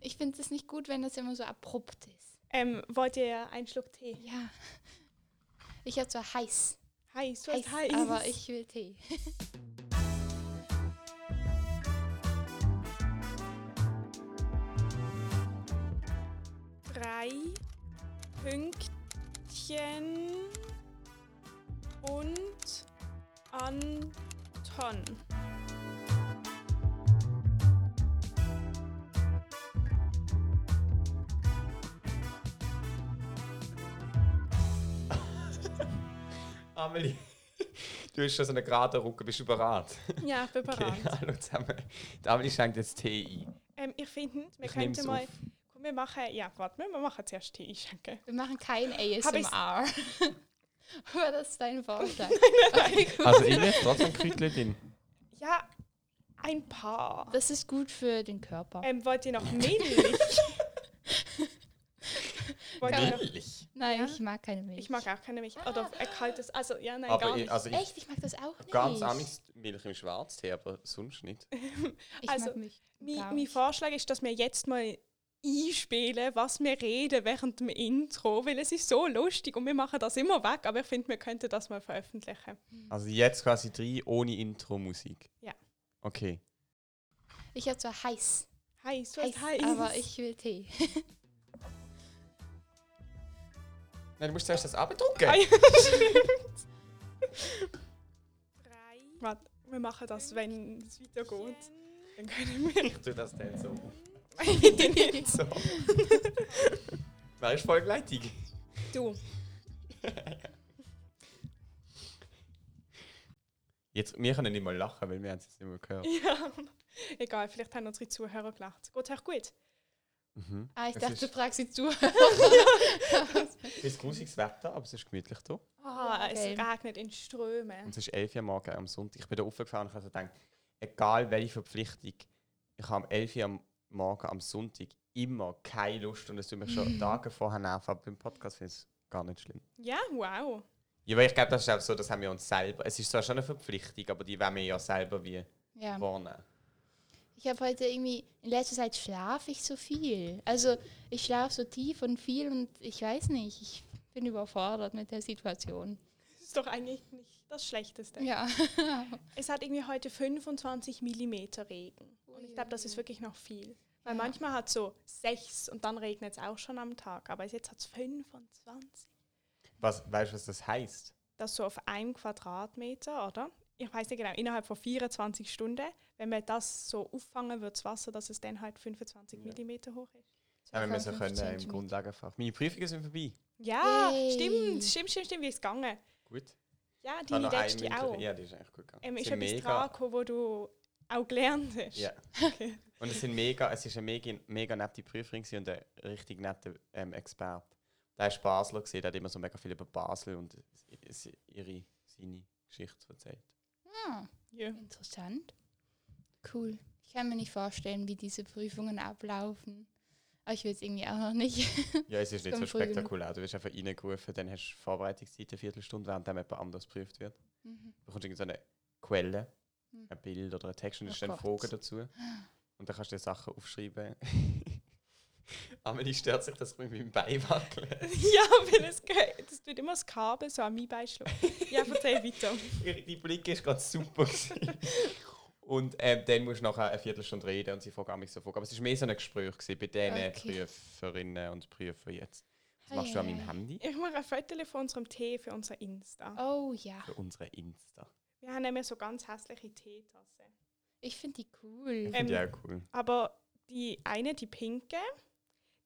Ich finde es nicht gut, wenn das immer so abrupt ist. Ähm, wollt ihr einen Schluck Tee? Ja. Ich habe zwar heiß, Heiß, du heiß, hast heiß. aber ich will Tee. Drei Pünktchen und Anton. Amelie, du bist schon so eine gerade Rucke, bist du bereit? Ja, ich bin bereit. Okay, hallo zusammen. Die Amelie schenkt jetzt Tee ein. Ähm, ich finde, wir Ich nehm's könnten mal. auf. Komm, wir machen. Ja, warte, wir machen zuerst Tee schenken. Wir machen kein ich's- ASMR. War das dein Vorschlag? Okay, gut. Also ich nehme trotzdem Kräutchen drin. Ja, ein paar. das ist gut für den Körper. Ähm, wollt ihr noch Milch? wollt ihr noch, Milch? Nein, ja. ich mag keine Milch. ich mag auch keine Milch. Oder ein kaltes. Also, ja, nein, Aber gar ich- nicht. also ich- Echt, ich mag das auch nicht. Ganz amis Milch im Schwarztee, aber sonst nicht. Ich Also, mag mich. mein, gar mein nicht. Vorschlag ist, dass wir jetzt mal einspielen, was wir reden während dem Intro, weil es ist so lustig und wir machen das immer weg, aber ich finde, wir könnten das mal veröffentlichen. Also jetzt quasi drei ohne Intro-Musik. Ja. Okay. Ich habe zwar heiß, Heiß, du heiß, hast heiß. aber ich will Tee. Nein, du musst zuerst das abdrucken. Ah, ja, stimmt. Warte, wir machen das, wenn es weitergeht. Dann können wir Ich tue das dann so. Nein, so. Wer ist Folgenleitung? Du, Jetzt, wir können nicht mal lachen, weil wir haben es jetzt nicht mehr gehört. ja. Egal, vielleicht haben unsere Zuhörer gelacht. Geht euch gut? Mhm. Ah, ich Es dachte, ist- du fragst sie zu. Es ist grusiges Wetter, aber es ist gemütlich da. Ah, es okay. regnet in Strömen. Und es ist 11 Uhr morgens am Sonntag. Ich bin da aufgefahren und habe so gedacht, egal welche Verpflichtung, ich habe am 11 Uhr am Morgen am Sonntag immer keine Lust und es tut mich schon Tage vorher nerven. Aber beim Podcast finde ich es gar nicht schlimm. Ja, wow. Ja, weil ich glaube, das ist auch so, das haben wir uns selber. Es ist zwar schon eine Verpflichtung, aber die wollen wir ja selber wie ja. warnen. Ich habe heute irgendwie, in letzter Zeit schlafe ich so viel. Also ich schlafe so tief und viel und ich weiß nicht, ich bin überfordert mit der Situation. Das ist doch eigentlich nicht das Schlechteste. Ja. Es hat irgendwie heute 25 Millimeter Regen. Und ich glaube, das ist wirklich noch viel. Weil manchmal hat es so 6 und dann regnet es auch schon am Tag. Aber jetzt hat es 25. Was, weißt du, was das heisst? Das so auf einem Quadratmeter, oder? Ich weiß nicht genau, innerhalb von 24 Stunden, wenn man das so auffangen würde, das Wasser, dass es dann halt 25 Ja. Millimeter hoch ist. Ja, wir müssen 25 können äh, im Zentimeter. Grundlagenfach. Meine Prüfungen sind vorbei. Ja, Yay. stimmt, stimmt, stimmt, stimmt, wie ist es gegangen? Gut. Ja, die Ich habe noch eine letzte mündliche- auch. Ja, die ist eigentlich gut gegangen. Ähm, Sie ist sind etwas dran gekommen, wo du auch gelernt hast. Ja. Okay. Und es sind mega, es ist eine mega, mega nette Prüferin gewesen und ein richtig netter ähm, Experte. Der ist Basler gesehen, der hat immer so mega viel über Basel und s- s- ihre seine Geschichte erzählt. Ah, Ja. interessant. Cool. Ich kann mir nicht vorstellen, wie diese Prüfungen ablaufen. Aber ich will es irgendwie auch noch nicht. Ja, es ist nicht so Dann früh genug. spektakulär. Du wirst einfach reingerufen, dann hast du Vorbereitungszeit eine Viertelstunde, während dann jemand anders geprüft wird. Mhm. Du bekommst irgendeine Quelle, Hm. ein Bild oder ein Text und Oh es stehen Gott. Fragen dazu. Und dann kannst du dir Sachen aufschreiben. Amelie stört sich, dass ich mit meinem Bein wackele. Ja, weil es geht. Das tut immer das Kabel so an mein Bein schlagen. Ja, erzähl weiter. Ihre- Die Blick ist gerade super. gewesen. und ähm, dann musst du nachher eine Viertelstunde reden und sie fragen mich so Fragen. Aber es war mehr so ein Gespräch gewesen bei diesen Okay. Prüferinnen und Prüfern jetzt. Was machst du an meinem Eieiei. Handy? Ich mache ein Foto von unserem Tee für unser Insta. Oh ja, Für unsere Insta. Wir haben nämlich so ganz hässliche Teetassen. ich finde die cool. Ich finde Ähm, die auch cool. Aber die eine, die pinke,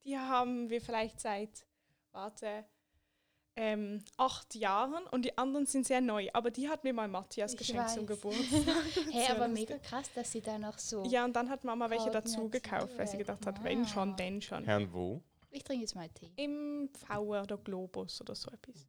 die haben wir vielleicht seit, warte, ähm, acht Jahren und die anderen sind sehr neu. Aber die hat mir mal Matthias Ich geschenkt zum weiß. Geburtstag. Hey, so aber lustig. mega krass, dass sie da noch so. Ja, und dann hat Mama welche Haut dazu nicht gekauft, weil sie direkt. gedacht hat, wenn schon, Ah. denn schon. Herrn wo? Ich trinke jetzt mal Tee. Im Pfauer oder Globus oder so etwas.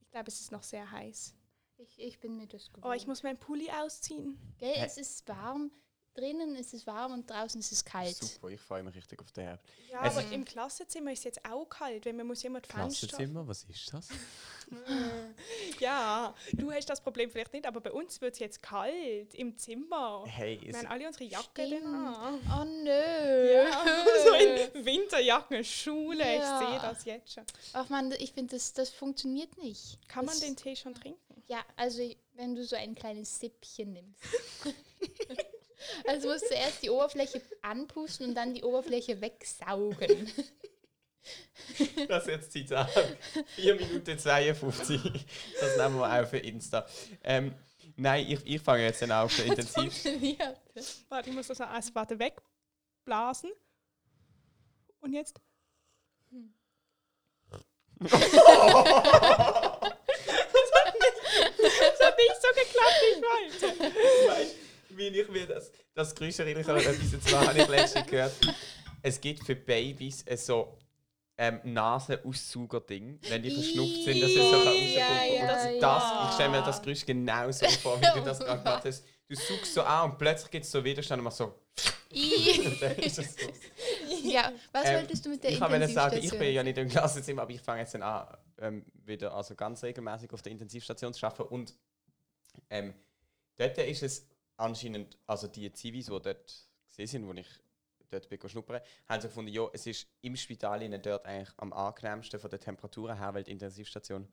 Ich glaube, es ist noch sehr heiß. Ich, ich bin mir das gewohnt. Oh, ich muss meinen Pulli ausziehen. Gell, Hä? es ist warm. drinnen ist es warm und draußen ist es kalt. Super, ich freue mich richtig auf den Herbst. Ja, Es aber ist- im Klassenzimmer ist es jetzt auch kalt, weil man muss jemand Fenster... Klassenzimmer, was ist das? Ja, du hast das Problem vielleicht nicht, aber bei uns wird es jetzt kalt im Zimmer. Hey, Wir Äh, ist, haben alle unsere Stimmt. Jacken an. Oh nö. Ah. Ja, so in Winterjacken, Schule, Ja. ich sehe das jetzt schon. Ach man, ich finde, das, das funktioniert nicht. Kann man das, den Tee schon trinken? Ja, also ich- wenn du so ein kleines Sippchen nimmst. also musst du erst die Oberfläche anpusten und dann die Oberfläche wegsaugen. das jetzt Zitat. 4 Minuten 52. Das nehmen wir auch für Insta. Ähm, nein, ich, ich fange jetzt dann auch auf den Das Intensiv. funktioniert. Warte, ich muss das noch als Warte wegblasen. Und jetzt? Das hat nicht so geklappt, wie ich wollte. Weißt du, wie ich mir das, das Geräusch erinnern kann, an diese zwei habe ich letztens gehört. Es gibt für Babys äh, so ähm, Nasenaussauger-Ding, wenn die verschnupft sind, dass sie so Ja, rauskommen. ja, das, ja. das, ich stelle mir das Geräusch genauso vor, wie du das gerade Oh gemacht hast. Du saugst so an und plötzlich gibt es so Widerstand und machst so. I. Dann ist es so. ja, was Ähm, wolltest du mit der Ich wollte sagen, ich Intensivstation? bin ja nicht im Klassenzimmer, aber ich fange jetzt dann an, ähm, wieder also ganz regelmäßig auf der Intensivstation zu arbeiten. Und ähm, dort ist es anscheinend, also die Zivis, die dort gesehen sind, wo ich dort bin schnuppern, haben so gefunden, ja, es ist im Spital innen dort eigentlich am angenehmsten von der Temperatur her, weil die Intensivstation,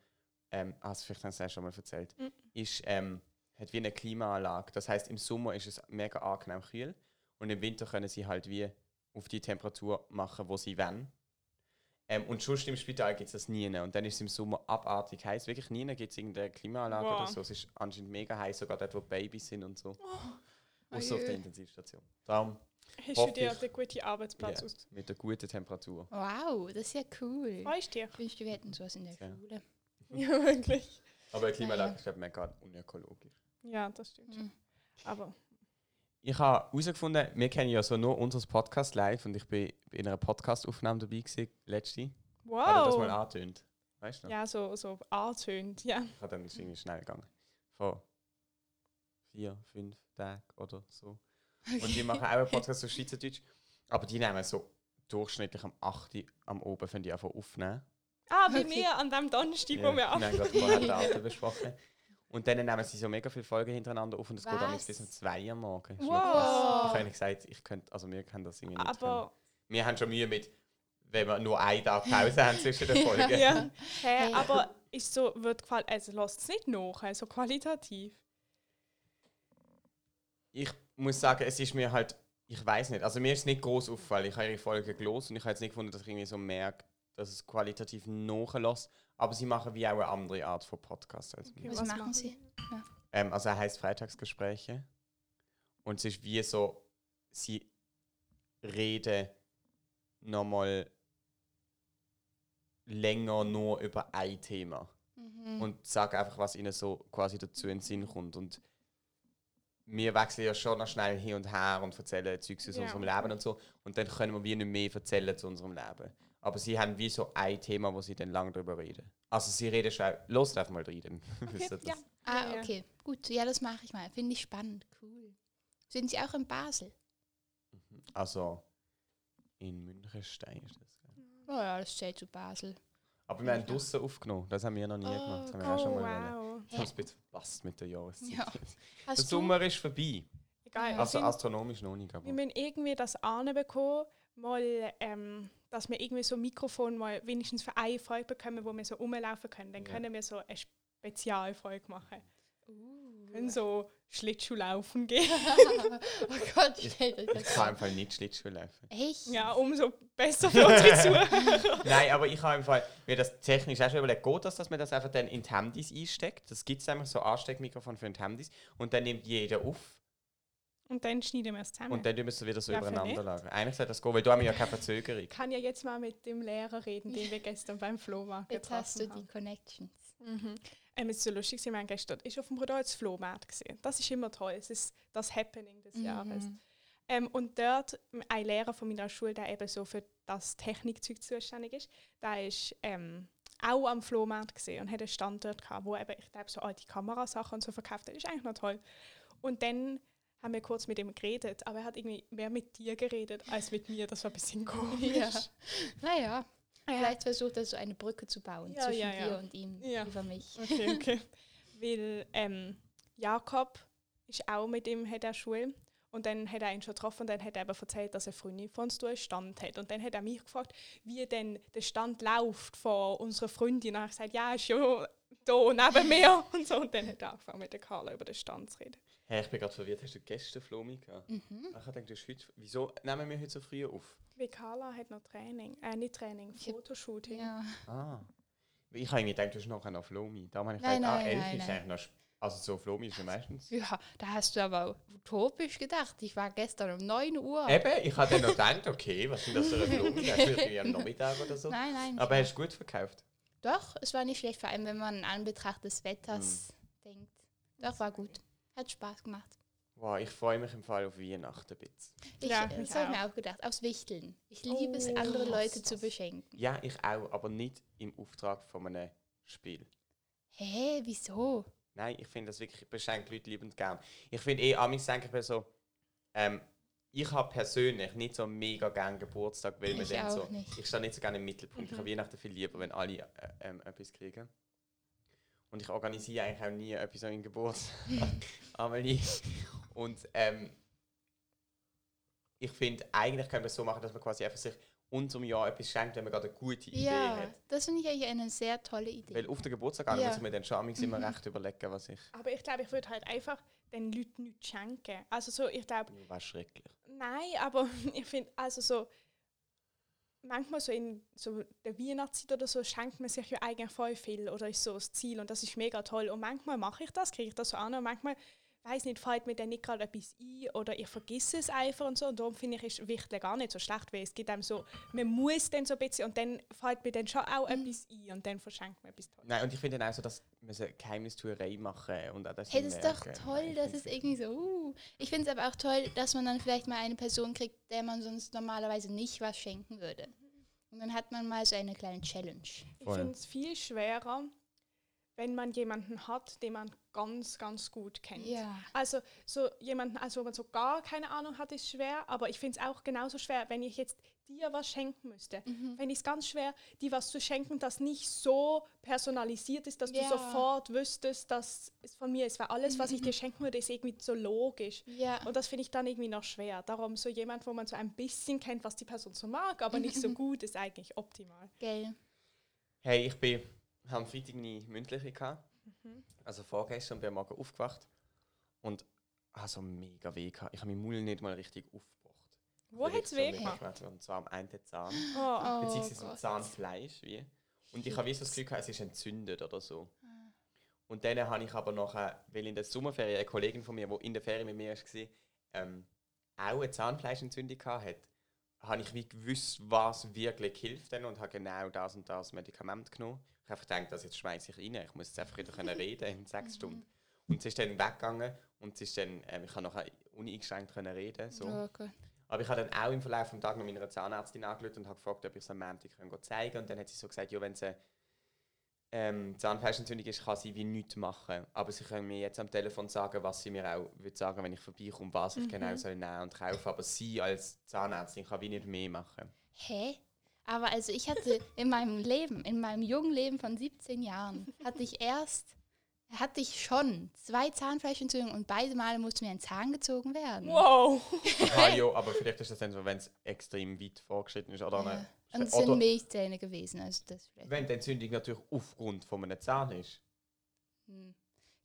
ähm, also vielleicht haben sie es schon mal erzählt, Mhm. ist, ähm, hat wie eine Klimaanlage. Das heißt, im Sommer ist es mega angenehm kühl und im Winter können sie halt wie auf die Temperatur machen, wo sie wollen. Ähm, und sonst im Spital gibt es das nie. Und dann ist es im Sommer abartig heiß. Wirklich nie gibt es irgendeine Klimaanlage Wow. oder so. Es ist anscheinend mega heiß, sogar dort, wo Babys sind und so. Außer auf der Intensivstation. Darum Hast du Hoffe dir ich. den guten Arbeitsplatz Ja. ausgesucht? mit der guten Temperatur. Wow, das ist ja cool. Freust du dich? Ich wünschte, wir hätten sowas in der Ja. Schule. Ja, wirklich. Aber Klimaanlage Klimaanlage ja. ist, glaube ich, mega unökologisch. Ja, das stimmt schon. Mhm. Aber Ich habe herausgefunden, wir kennen ja so nur unser Podcast live und ich bin in einer Podcastaufnahme dabei gewesen, letzte. Wow. Hat er das mal wow. angetönt? Weißt du noch? Oh. Ja, so, so antönt, ja. Ich habe dann ist irgendwie schnell gegangen. Vor vier, fünf Tagen oder so. Und die machen auch einen Podcast auf Schweizerdeutsch. Aber die nehmen so durchschnittlich am 8. Uhr am Oben, wenn die einfach aufnehmen. Ah, bei Okay. mir an dem Donnerstag, wo wir Nein, auch. gerade vorher die Daten besprochen. Und dann nehmen sie so mega viele Folgen hintereinander auf und es geht am Was? bis um 2 Uhr morgens. Wow. Ich habe ihnen gesagt, ich könnte, also wir können das irgendwie nicht. können. Aber, wir haben schon Mühe mit, wenn wir nur einen Tag Pause haben zwischen den Folgen. ja. Hä, Hey. aber ist so, wird gefallen, also lasst es nicht nach, also qualitativ. Ich muss sagen, es ist mir halt, ich weiß nicht, also mir ist es nicht groß aufgefallen. Ich habe ihre Folgen gelost und ich habe jetzt nicht gefunden, dass ich irgendwie so merke, dass es qualitativ nachlässt. Aber sie machen wie auch eine andere Art von Podcast als wir. Okay, Was was machen machen sie? Ähm, also er heißt Freitagsgespräche. Und es ist wie so, sie reden nochmal länger nur über ein Thema Mhm. und sagen einfach, was ihnen so quasi dazu in den Sinn kommt. Und wir wechseln ja schon noch schnell hin und her und erzählen Zeugs aus Ja. unserem Leben und so. Und dann können wir wie nicht mehr erzählen zu unserem Leben. Aber sie haben wie so ein Thema, wo sie dann lange drüber reden. Also sie reden schon, los einfach mal reden. Wisst ihr das? ja. ah, ja. okay. Gut, ja, das mache ich mal. Finde ich spannend. Cool. Sind sie auch in Basel? Also in Münchenstein ist das. gell? Oh ja, das zählt zu Basel. Aber wir haben Ja. draussen aufgenommen. Das haben wir noch nie Oh, gemacht. Das haben wir auch schon Oh, mal wollen. wow. Das haben wir ein bisschen verpasst mit der Jahreszeit. Ja. Der Hast du, Sommer ist vorbei. Egal, Ja. wir Also sind- astronomisch noch nicht. Aber. wir müssen irgendwie das anbekommen, mal, ähm, dass wir irgendwie so ein Mikrofon mal wenigstens für eine Folge bekommen, wo wir so rumlaufen können. Dann Ja. können wir so eine Spezialfolge machen. Wir können uh. so Schlittschuh laufen gehen. oh Gott, Ich- stellt euch Ich das kann im vor. Fall nicht Schlittschuh laufen. Echt? Ja, umso besser für unsere Zuhörer. Nein, aber ich habe im Fall mir das technisch auch schon überlegt, geht das, dass man das einfach dann in die Handys einsteckt? Das gibt es einfach so Ansteckmikrofon für die Handys und dann nimmt jeder auf Ah, Und dann schneiden wir es zusammen. und dann müssen wir es wieder so Ja, für übereinander nicht. lagern. Eigentlich sollte das gehen, weil da haben wir ja keine Verzögerung. ich kann ja jetzt mal mit dem Lehrer reden, den wir gestern beim Flohmarkt Jetzt hast du die getroffen Connections. haben. Mhm. Ähm, es ist so lustig, wir haben gestern ist auf dem Rudolz Flohmarkt gesehen. Das ist immer toll. Es ist das Happening des Jahres. Mhm. Ähm, und dort m- ein Lehrer von meiner Schule, der eben so für das Technikzeug zuständig ist, der ist ähm, auch am Flohmarkt gesehen und hat einen Stand dort gehabt, wo eben, ich glaube, so alte Kamerasachen und so verkauft hat. Ist eigentlich noch toll. Und dann haben haben wir kurz mit ihm geredet, aber er hat irgendwie mehr mit dir geredet als mit mir. Das war ein bisschen komisch. Ja. Naja, Ja. vielleicht versucht er so eine Brücke zu bauen Ja, zwischen ja, ja. dir und ihm Ja. über mich. Okay, okay. Weil ähm, Jakob ist auch mit ihm hat er Schule und dann hat er ihn schon getroffen und dann hat er aber erzählt, dass er Freundin von uns durch Stand hat. Und dann hat er mich gefragt, wie denn der Stand läuft von unserer Freundin. Und ich gesagt, ja, ist ja da neben mir und so. Und dann hat er angefangen mit der Carla über den Stand zu reden. Hey, ich bin gerade verwirrt. Hast du gestern Flomi gehabt? Mhm. Ich habe gedacht, du hast heute... Wieso nehmen wir heute so früh auf? Wie Carla hat noch Training, äh nicht Training, Ich hab- Fotoshooting. Ja. Ah. Weil Ich habe irgendwie gedacht, du hast nachher noch Flomi. Da habe ich Nein, gedacht, ah, nein, elf nein, ist nein. eigentlich noch... sp- Also so Flomi ist ja meistens... ja, da hast du aber utopisch gedacht. Ich war gestern um 9 Uhr. Eben, ich habe dann noch gedacht, okay, was sind das für eine Flomi? Das ist irgendwie am Nachmittag oder so. Nein, nein. Aber hast du gut verkauft. Doch, es war nicht schlecht, vor allem wenn man an Anbetracht des Wetters Hm. denkt. Doch, war gut. Hat Spaß gemacht. Wow, ich freue mich im Fall auf Weihnachten ein bisschen. Ich, äh, Ja, das ich habe ich mir auch gedacht. Aufs Wichteln. Ich liebe es, Oh, andere krass, Leute zu das- beschenken. Ja, ich auch, aber nicht im Auftrag von einem Spiel. Hä, wieso? Nein, ich finde das wirklich, ich beschenke die Leute liebend gern. Ich finde eh, amigs denke ich mir so, ähm, ich habe persönlich nicht so mega gern Geburtstag, weil man Ich dann auch so, nicht. Mhm. ich stehe nicht so gerne im Mittelpunkt. Ich habe Weihnachten viel lieber, wenn alle äh, ähm, etwas kriegen. Und ich organisiere eigentlich auch nie etwas an meinem Geburtstag. Amelie. Und ähm, ich finde, eigentlich könnte man es so machen, dass man quasi einfach sich unterm Jahr etwas schenkt, wenn man gerade eine gute Idee Ja, hat. das finde ich eigentlich eine sehr tolle Idee. Weil auf den Geburtstag an Ja. Mhm. muss ich mir dann schon amigs immer recht überlegen, was ich... Aber ich glaube, ich würde halt einfach den Leuten nichts schenken. Also so, ich glaube, Was schrecklich. Nein, aber ich finde, also so, manchmal so in so der Weihnachtszeit oder so, schenkt man sich ja eigentlich voll viel oder ist so das Ziel und das ist mega toll. Und manchmal mache ich das, kriege ich das so an und manchmal, weiß nicht, fällt mir dann nicht gerade etwas ein oder ich vergesse es einfach und so. Und darum finde ich, ist Wichteln gar nicht so schlecht, weil es gibt einem so, man muss dann so ein bisschen und dann fällt mir dann schon auch etwas ein und dann verschenkt man etwas Tolles. Nein, und ich finde dann auch so, dass wir so Geheimnistuerei machen und auch das Hey, das ist doch merken. toll, Nein, dass ich es finde irgendwie so, uh. Ich finde es aber auch toll, dass man dann vielleicht mal eine Person kriegt, der man sonst normalerweise nicht was schenken würde. Und dann hat man mal so eine kleine Challenge. Ich Voll. finde es viel schwerer, wenn man jemanden hat, den man ganz, ganz gut kennt. Ja. Also so jemanden, also wo man so gar keine Ahnung hat, ist schwer, aber ich finde es auch genauso schwer, wenn ich jetzt dir was schenken müsste. Mhm. Wenn ich es ganz schwer, dir was zu schenken, das nicht so personalisiert ist, dass Ja. Mhm. du sofort wüsstest, dass es von mir ist. Weil alles, was ich dir schenken würde, ist irgendwie so logisch. Ja. Und das finde ich dann irgendwie noch schwer. Darum so jemand, wo man so ein bisschen kennt, was die Person so mag, aber nicht so gut, ist eigentlich optimal. Gell. Hey, ich bin, habe am Freitag meine mündliche gehabt. Mhm. Also vorgestern bin ich am Morgen aufgewacht und habe so mega weh gehabt. Ich habe meinen Mund nicht mal richtig aufgebracht. Wo Wirklich hat es so weh mega gemacht? geschmerzt, Und zwar am einen Zahn, Oh. Oh beziehungsweise am Gott. Zahnfleisch. Wie. Und ich habe wie so das Gefühl gehabt, es ist entzündet oder so. Und dann habe ich aber nachher, weil in der Sommerferien eine Kollegin von mir, die in der Ferien mit mir war, ähm, auch eine Zahnfleischentzündung hatte, habe ich wie gewusst, was wirklich hilft denn und habe genau das und das Medikament genommen. Ich habe gedacht, das jetzt schmeiße ich rein, ich muss jetzt einfach wieder können reden in sechs Mhm. Stunden. Und sie ist dann weggegangen und sie ist dann, ähm, ich habe nachher uneingeschränkt können reden. So. Oh Gott. Aber ich habe dann auch im Verlauf des Tages noch meiner Zahnärztin angerufen und habe gefragt, ob ich es am Montag können gehen zeigen kann. Und dann hat sie so gesagt, ja, wenn es eine ähm, Zahnfleischentzündung ist, kann sie wie nichts machen. Aber sie können mir jetzt am Telefon sagen, was sie mir auch würde sagen, wenn ich vorbeikomme, was Mhm. ich genau soll nehmen und kaufen. Aber sie als Zahnärztin kann wie nicht mehr machen. Hä? Aber also ich hatte in meinem Leben, in meinem jungen Leben von 17 Jahren, hatte ich erst, hatte ich schon zwei Zahnfleischentzündungen und beide Male musste mir ein Zahn gezogen werden. Wow. ah, ja, aber vielleicht ist das dann so, wenn es extrem weit vorgeschritten ist. Oder, Ja. eine- Und es sind oder Milchzähne gewesen, also das vielleicht. wenn die Entzündung natürlich aufgrund von einem Zahn ist. Hm.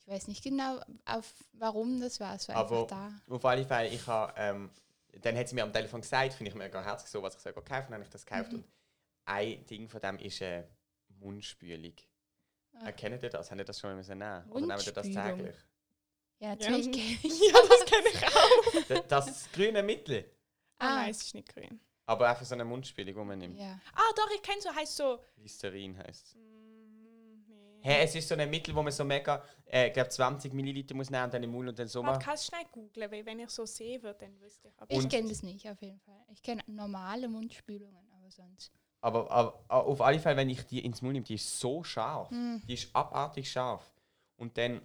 Ich weiß nicht genau, auf warum das war. Es war Aber einfach da. auf alle Fälle, ich habe, ähm, dann hat sie mir am Telefon gesagt, finde ich mega herzig so, was ich soll kaufen, dann habe ich das Mhm. gekauft. Und ein Ding von dem ist eine Mundspülung. Ah. Äh, kennt ihr das? Habt ihr das schon mal müssen nehmen? Oder nehmt ihr das Mundspülung. täglich? Ja, natürlich Ja. kenne ich. Ja, das kenne ich auch. D- das grüne Mittel. Ah, Ah. nein, es ist nicht grün. Aber einfach so eine Mundspülung, die man nimmt. Ja. Mhm. Ah, doch, ich kenne so, heißt so. Listerin heisst es. Nee. Hey, es ist so ein Mittel, wo man so mega, äh, ich glaube 20 Milliliter muss nehmen und dann im Mund und dann so Man machen. kann es schnell googeln, weil wenn ich so sehe würde, dann wüsste ich. Aber Ich Und- kenne das nicht, auf jeden Fall. Ich kenne normale Mundspülungen, aber sonst. Aber, aber a- auf alle Fälle, wenn ich die ins Maul nehme, die ist so scharf. Hm. Die ist abartig scharf. Und dann.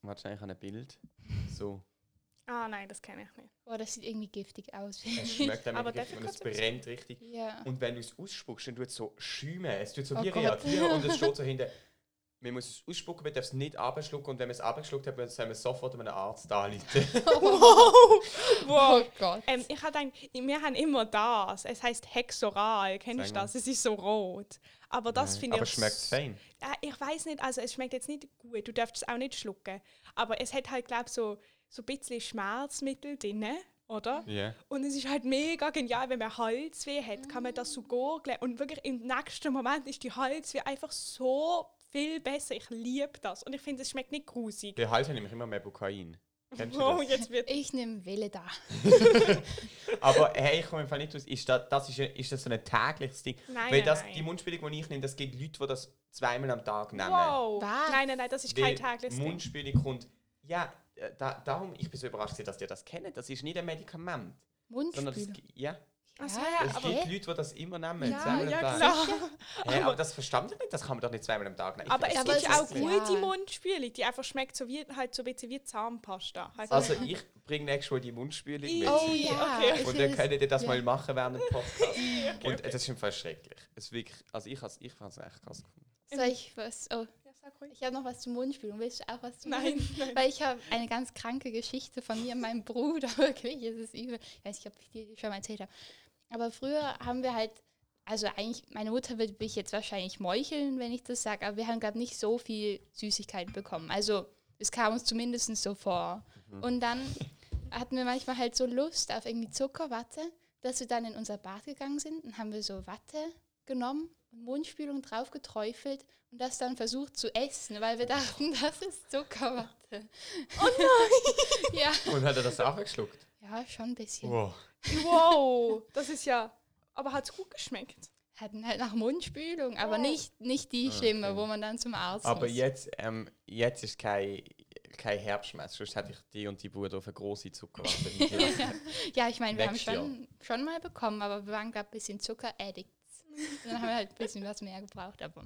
Warte, ich habe ein Bild. So. Ah nein, das kenne ich nicht. Boah, oh, das sieht irgendwie giftig aus. finde Es ich. schmeckt einem Aber richtig, dafür und es kannst du- brennt richtig. ja. Und wenn du es ausspuckst, dann tut es so schäumen. Es tut so Oh wie Gott. reagieren und es steht so hinten. Man muss es ausspucken, man darf es nicht abschlucken und wenn man es abgeschluckt hat, muss man sofort einem Arzt anrufen. Wow! Oh wow. Gott. Ähm, ich habe gedacht, wir haben immer das. Es heißt Hexoral. Kennst du Sag mal. das? Es ist so rot. Aber das finde ich. Aber schmeckt es fein. Ah, ich weiß nicht, also es schmeckt jetzt nicht gut, du darfst es auch nicht schlucken. Aber es hat halt, glaube ich, so, so ein bisschen Schmerzmittel drin, oder? Ja. Und es ist halt mega genial, wenn man Halsweh hat, kann man das so gurgeln. Und wirklich im nächsten Moment ist die Halsweh einfach so viel besser. Ich liebe das. Und ich finde, es schmeckt nicht grusig. Der Hals hat nämlich immer mehr Bukain. Kennst du Oh, das? jetzt wird Ich nehme Wille da. Aber hey, ich komme im Fall nicht raus. Ist das, das ist, ja- ist das so ein tägliches Ding? Nein, Weil nein, das, nein. die Mundspülung, die ich nehme, das gibt Leute, die das zweimal am Tag nehmen. Wow! Was? Nein, nein, nein, das ist Weil kein tägliches Ding. Mundspülung kommt. Ja, äh, da, darum, ich bin so überrascht, gewesen, dass ihr das kennt. Das ist nicht ein Medikament. Sondern das, Mundspülung. ja, Ach so, Ja, es Also, aber- gibt Leute, die das immer nehmen. Ja, zweimal am ja, Tag. klar. Hä, aber das verstand ich nicht, das kann man doch nicht zweimal am Tag nehmen. Ich Aber find es das Aber gibt es so auch ist schlimm. gute ja. Mundspülung, die einfach schmeckt so wie, halt so ein bisschen wie Zahnpasta. Halt Also ich bringe nächstes Mal die Mundspülung mit. Oh ja. Okay. ich Und will dann das- könnt ihr das ja. mal machen während dem Podcast. Und äh, das ist im Fall schrecklich. Es ist wirklich, also ich, has- ich fand es echt krass. gefunden. Soll ich was? Oh, Ja, sag ruhig. ich habe noch was zur Mundspülung. Willst du auch was zu Nein, nein. Weil ich habe eine ganz kranke Geschichte von mir und meinem Bruder, wirklich, es ist übel. Ich weiß nicht, ob ich dir die schon mal erzählt habe. Aber früher haben wir halt, also eigentlich, meine Mutter wird mich jetzt wahrscheinlich meucheln, wenn ich das sage, aber wir haben, glaube ich, nicht so viel Süßigkeiten bekommen. Also es kam uns zumindest so vor. Und dann hatten wir manchmal halt so Lust auf irgendwie Zuckerwatte, dass wir dann in unser Bad gegangen sind und haben wir so Watte genommen und Mundspülung drauf geträufelt und das dann versucht zu essen, weil wir dachten, das ist Zuckerwatte. Oh nein! ja. Und hat er das auch geschluckt? ja, schon ein bisschen. Wow. Wow, das ist ja. Aber hat es gut geschmeckt? Hatten halt nach Mundspülung, aber nicht, nicht die Ah, Okay. schlimme, wo man dann zum Arzt Aber muss. jetzt, ähm, jetzt ist kein, kein Herbstmess, sonst hätte ich die und die Bude auf eine grosse Zuckerwatte. mitgenommen. ja, ich meine, wir haben Nächstes schon, schon mal bekommen, aber wir waren gerade ein bisschen Zuckeraddicts. Und dann haben wir halt ein bisschen was mehr gebraucht, aber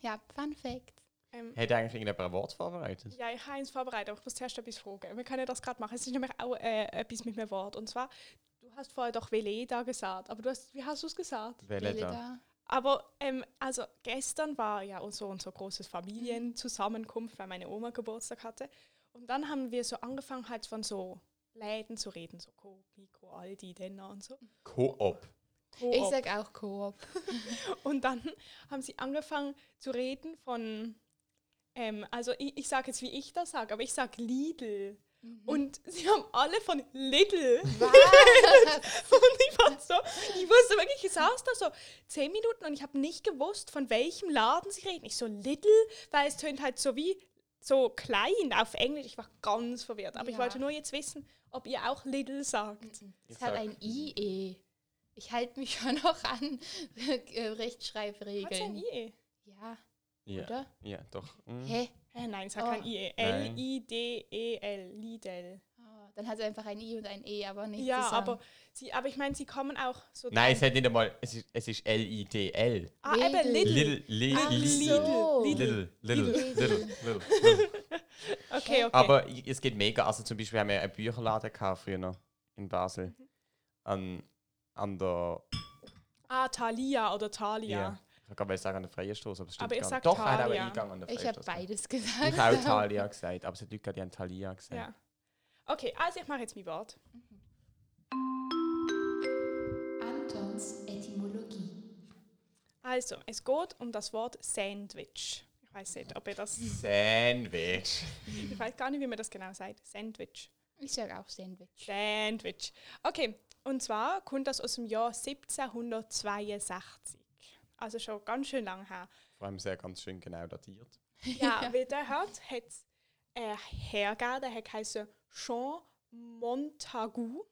ja, Fun Fact. Ähm, Hätte eigentlich irgendjemand ein Wort vorbereitet? ja, ich habe eins vorbereitet, aber ich muss zuerst etwas fragen. Wir können das gerade machen. Es ist nämlich auch äh, etwas mit einem Wort. Und zwar, du hast vorher doch Veleda gesagt. Aber du hast, wie hast du es gesagt? Welle Wille da. da. Aber ähm, also gestern war ja unser, unser großes Familienzusammenkunft, weil meine Oma Geburtstag hatte. Und dann haben wir so angefangen, halt von so Läden zu reden. So Co, Mikro, Aldi, Denner und so. Koop. Ich Coop. sag auch Koop. Und dann haben sie angefangen zu reden von, ähm, also ich, ich sage jetzt, wie ich das sage, aber ich sage Lidl. Und sie haben alle von Lidl. und ich war so, ich wusste wirklich, ich saß da so zehn Minuten und ich habe nicht gewusst, von welchem Laden sie reden. Ich so Lidl, weil es tönt halt so wie so klein auf Englisch. Ich war ganz verwirrt. Aber ich Ja. wollte nur jetzt wissen, ob ihr auch Lidl sagt. Es hat sag- hm. ein IE. Ich halte mich schon noch an äh, Hat sie ein E? Rechtschreibregeln. IE? Ja, Ja. oder? Ja, doch. Mhm. Hä? Äh, nein, es hat Oh. kein IE. Nein. L-I-D-E-L. E Lidl. Ah, dann hat es einfach ein I und ein E, aber nicht Ja, zusammen. aber, sie, aber ich meine, sie kommen auch so. Nein, es hat nicht einmal. Es ist, es ist L-I-D-L. Ah, eben Lidl. Lidl. Lil, li, Ach Lidl. so. Ah, Lidl. Lidl. Lidl. Lidl. Lidl. Lidl. Okay, okay. Aber i- es geht mega. Also zum Beispiel haben wir einen Bücherladen gehabt früher noch in Basel. An, an der. ah, Thalia oder Thalia. Ja. Ich kann gerade sagen an der Freien Stoß, aber es stimmt Aber ich gar nicht. sag Doch, er hat auch einen Thalia. Eingang an der Freien ich habe Strasse. beides Ich gesagt. habe auch Thalia gesagt, aber es hat Leute, gehabt, die haben Thalia gesagt. Ja. Okay, also ich mache jetzt mein Wort. Antons Etymologie. Also, es geht um das Wort Sandwich. Ich weiß nicht, ob ihr das. Sandwich. Ich weiß gar nicht, wie man das genau sagt. Sandwich. Ich sage auch Sandwich. Sandwich. Okay, und zwar kommt das aus dem Jahr 1762. Also schon ganz schön lang her. Vor allem sehr ganz schön genau datiert. Ja, weil der hat es äh, hergegeben, der hat heißen Jean Montagu.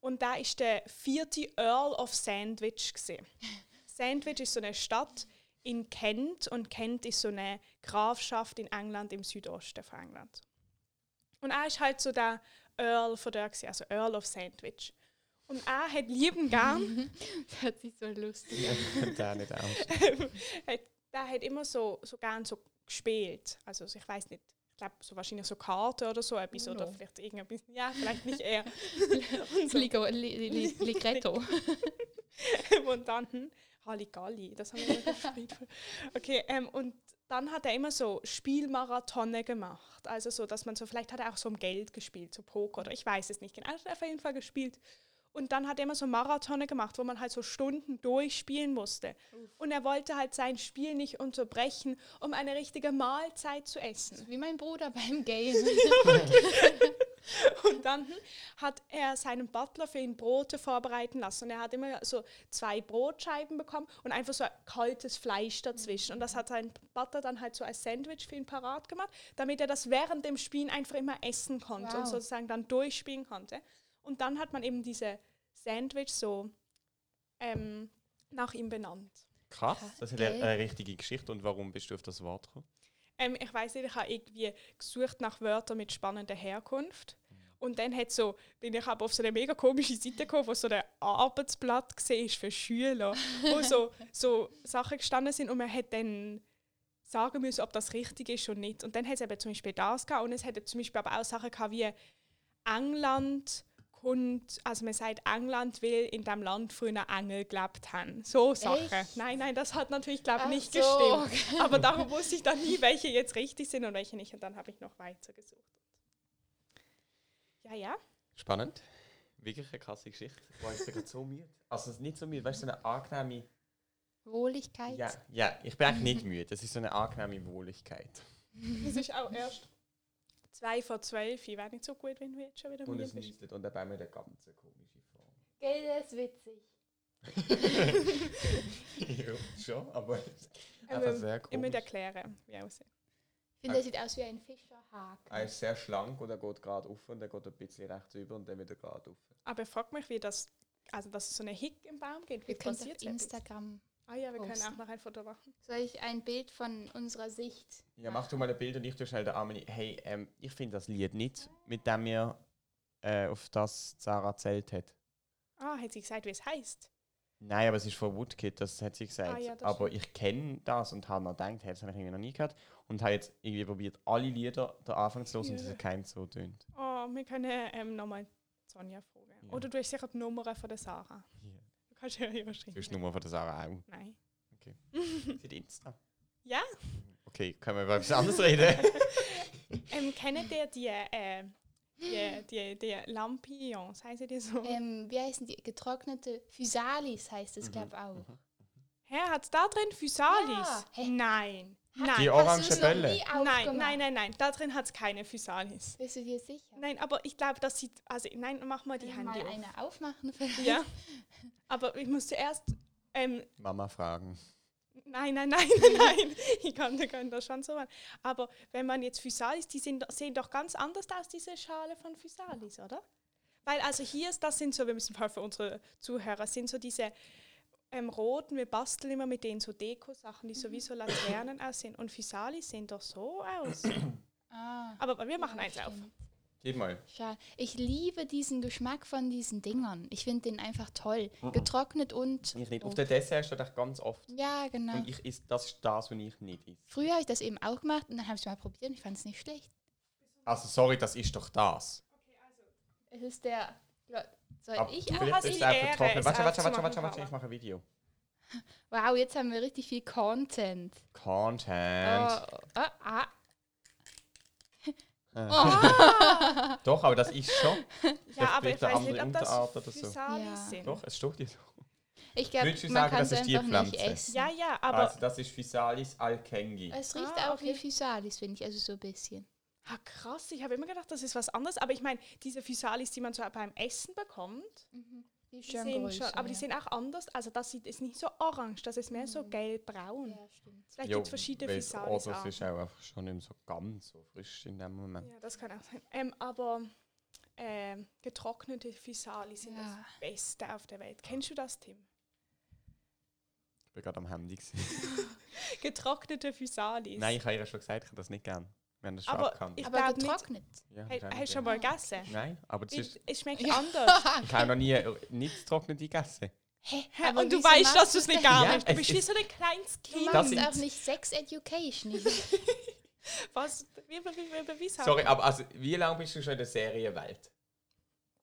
Und da ist der vierte Earl of Sandwich. Gewesen. Sandwich ist so eine Stadt in Kent und Kent ist so eine Grafschaft in England, im Südosten von England. Und er ist halt so der Earl von der, also Earl of Sandwich. Und er hat lieben gern Das hört sich so lustig an. Der nicht ernst. hat, der hat immer so, so gern so gespielt. Also so, ich weiß nicht, ich glaube, so wahrscheinlich so Karte oder so etwas. Oder Uno. vielleicht irgendetwas. Ja, vielleicht nicht er. Das Ligo, oh, li, li, Ligretto. und dann hm, Halligalli, das haben wir mal gespielt. Okay, ähm, und dann hat er immer so Spielmarathone gemacht. Also so, dass man so, vielleicht hat er auch so um Geld gespielt, so Poker oder ich weiß es nicht genau. Er hat auf jeden Fall gespielt. Und dann hat er immer so Marathone gemacht, wo man halt so Stunden durchspielen musste. Und er wollte halt sein Spiel nicht unterbrechen, um eine richtige Mahlzeit zu essen. Wie mein Bruder beim Game. Und dann hat er seinen Butler für ihn Brote vorbereiten lassen. Und er hat immer so zwei Brotscheiben bekommen und einfach so kaltes Fleisch dazwischen. Und das hat sein Butler dann halt so als Sandwich für ihn parat gemacht, damit er das während dem Spielen einfach immer essen konnte und Wow. sozusagen dann durchspielen konnte. Und dann hat man eben diese Sandwich so ähm, nach ihm benannt. Krass, das ist eine, Gell? eine richtige Geschichte. Und warum bist du auf das Wort gekommen? Ähm, ich weiß nicht, ich habe irgendwie gesucht nach Wörtern mit spannender Herkunft. Und dann hat so, bin ich aber auf so eine mega komische Seite gekommen, wo so ein Arbeitsblatt gesehen ist für Schüler, wo so, so Sachen gestanden sind und man hat dann sagen müssen, ob das richtig ist und nicht. Und dann hat es eben zum Beispiel das gehabt und es hätte zum Beispiel aber auch Sachen gehabt wie England kommt, also man sagt, England will in dem Land früher Engel gelebt haben. So Sachen. Echt? Nein, nein, das hat natürlich, glaube ich, Ach nicht so, gestimmt. Aber darum wusste ich dann nie, welche jetzt richtig sind und welche nicht. Und dann habe ich noch weiter gesucht. Ja, ja. Spannend. Wirklich eine krasse Geschichte. Boah, ich bin gerade so müde. Also es ist nicht so müde, weißt du, so eine angenehme... Wohligkeit. Ja, ja, ich bin eigentlich nicht müde. Es ist so eine angenehme Wohligkeit. Es ist auch erst zwei vor zwölf. Ich wäre nicht so gut, wenn du jetzt schon wieder Und müde es bist. nistet und dabei mit der ganzen komischen Form. Gell, das ist witzig. ja, schon, aber... Ähm, Einfach sehr Ich muss komisch. erklären, wie aussehen. Ich finde, das sieht aus wie ein Fischerhaken. Er ist sehr schlank und er geht gerade auf und er geht ein bisschen rechts über und dann wieder gerade auf. Aber ich frage mich, wie das, also dass es so eine Hick im Baum geht. Wie wir können es passiert auf so etwas? Instagram. Ah ja, wir können posten. auch noch ein Foto machen. Soll ich ein Bild von unserer Sicht? Ja, mach du mal ein Bild und ich tue schnell der Armin. Hey, ähm, ich finde das Lied nicht, mit dem wir äh, auf das Sarah erzählt hat. Ah, hat sie gesagt, wie es heißt? Nein, aber es ist von Woodkid, das hat sie gesagt. Ah, ja, das aber ich kenne das und habe noch gedacht, hey, das habe ich irgendwie noch nie gehört. Und habe jetzt irgendwie probiert, alle Lieder den Anfang zu hören und es Ja. hat keins so tönt. Oh, wir können ähm, nochmal Sonja fragen. Ja. Oder du hast sicher die Nummer von der Sarah. Du kannst ja Du hast überschreiben. die Nummer von der Sarah auch. Nein. Für die Insta. Ja? Okay, können wir über etwas anderes reden? Ähm, kennt ihr die, äh, die, die, die Lampions? Heißen die so? Ähm, wie heißen die? Getrocknete Physalis heißt es, Mhm. glaube ich auch. Hä, hat da drin Physalis? Ja. Hä? Nein. Nein. Die Hast orange du's noch nie Bälle. aufgemacht? nein, nein, nein, nein. Da drin hat es keine Physalis. Bist du dir sicher? Nein, aber ich glaube, das sieht. Also, nein, mach mal die Können wir Hände. mal auf. eine aufmachen vielleicht? Ja. Aber ich muss zuerst. Ähm, Mama fragen. nein, nein, nein, nein, nein. Ich kann, ich kann das schon so machen. Aber wenn man jetzt Physalis, die sind, sehen doch ganz anders aus, diese Schale von Physalis, oder? Weil also hier ist, das sind so, wir müssen mal für unsere Zuhörer, sind so diese ähm, roten, wir basteln immer mit denen so Deko-Sachen, die sowieso Mhm. Laternen aussehen. Und Physalis sehen doch so aus. Ah, Aber wir machen ja, eins auf. stimmt. Gib mal. Schade. Ich liebe diesen Geschmack von diesen Dingern. Ich finde den einfach toll. Getrocknet und. Mhm. oh. Ich nicht. Auf der Dessert steht das ganz oft. Ja, genau. Und ich is, das ist das, was ich nicht esse. Früher habe ich das eben auch gemacht und dann habe ich es mal probiert und ich fand es nicht schlecht. Also sorry, das ist doch das. Es ist der. Soll Aber ich vielleicht hast ist die es einfach Ehre, trocken. es Warte, warte, warte, aufzumachen, warte, warte, Paula. ich mache ein Video. Wow, jetzt haben wir richtig viel Content. Content. Oh, ah, ah. Doch, aber das ist schon. Ja, aber ich später weiß nicht, andere ob das Unterart oder so. Physalis Ja. sind. Doch, es steht hier so. Ich glaube, Würdest du man sagen, kann es das ist die einfach nicht Pflanze? essen. Ja, ja, aber also das ist Physalis alkengi. Es riecht Ah, auch wie okay. Physalis, finde ich, also so ein bisschen. Ah, krass, ich habe immer gedacht, das ist was anderes. Aber ich meine, diese Physalis, die man so beim Essen bekommt, Die ist Mhm. die schon sind größer, schon, aber die ja. Mhm. sind auch anders. Also das sieht, ist nicht so orange, das ist mehr so gelb-braun. Ja, stimmt. Vielleicht gibt es verschiedene Physalis oh, Das ist auch. auch einfach schon nicht so ganz so frisch in dem Moment. Ja, das kann auch sein. Ähm, aber ähm, getrocknete Physalis sind Ja. das Beste auf der Welt. Kennst du das, Tim? Ich bin gerade am Handy. gewesen. Getrocknete Physalis. Nein, ich habe ihr schon gesagt, ich hätte das nicht gern. Wir haben das schon Aber abgekannt. ich Aber glaub nicht- getrocknet. Ja, Hey, hast du wahrscheinlich, ja. schon mal gegessen? Nein, aber das Weil ist, Es schmeckt anders. ich habe noch nie äh, nichts Trockenes gegessen. Hä, aber Und du wieso weißt, machst dass du es nicht gar Ja, nicht. Du es bist ist- wie so ein kleines Kind. Du Das machst sind- auch nicht Sex Education. Ich Was? Wie viel Beweis haben Sorry, aber also, wie lange bist du schon in der Serienwelt?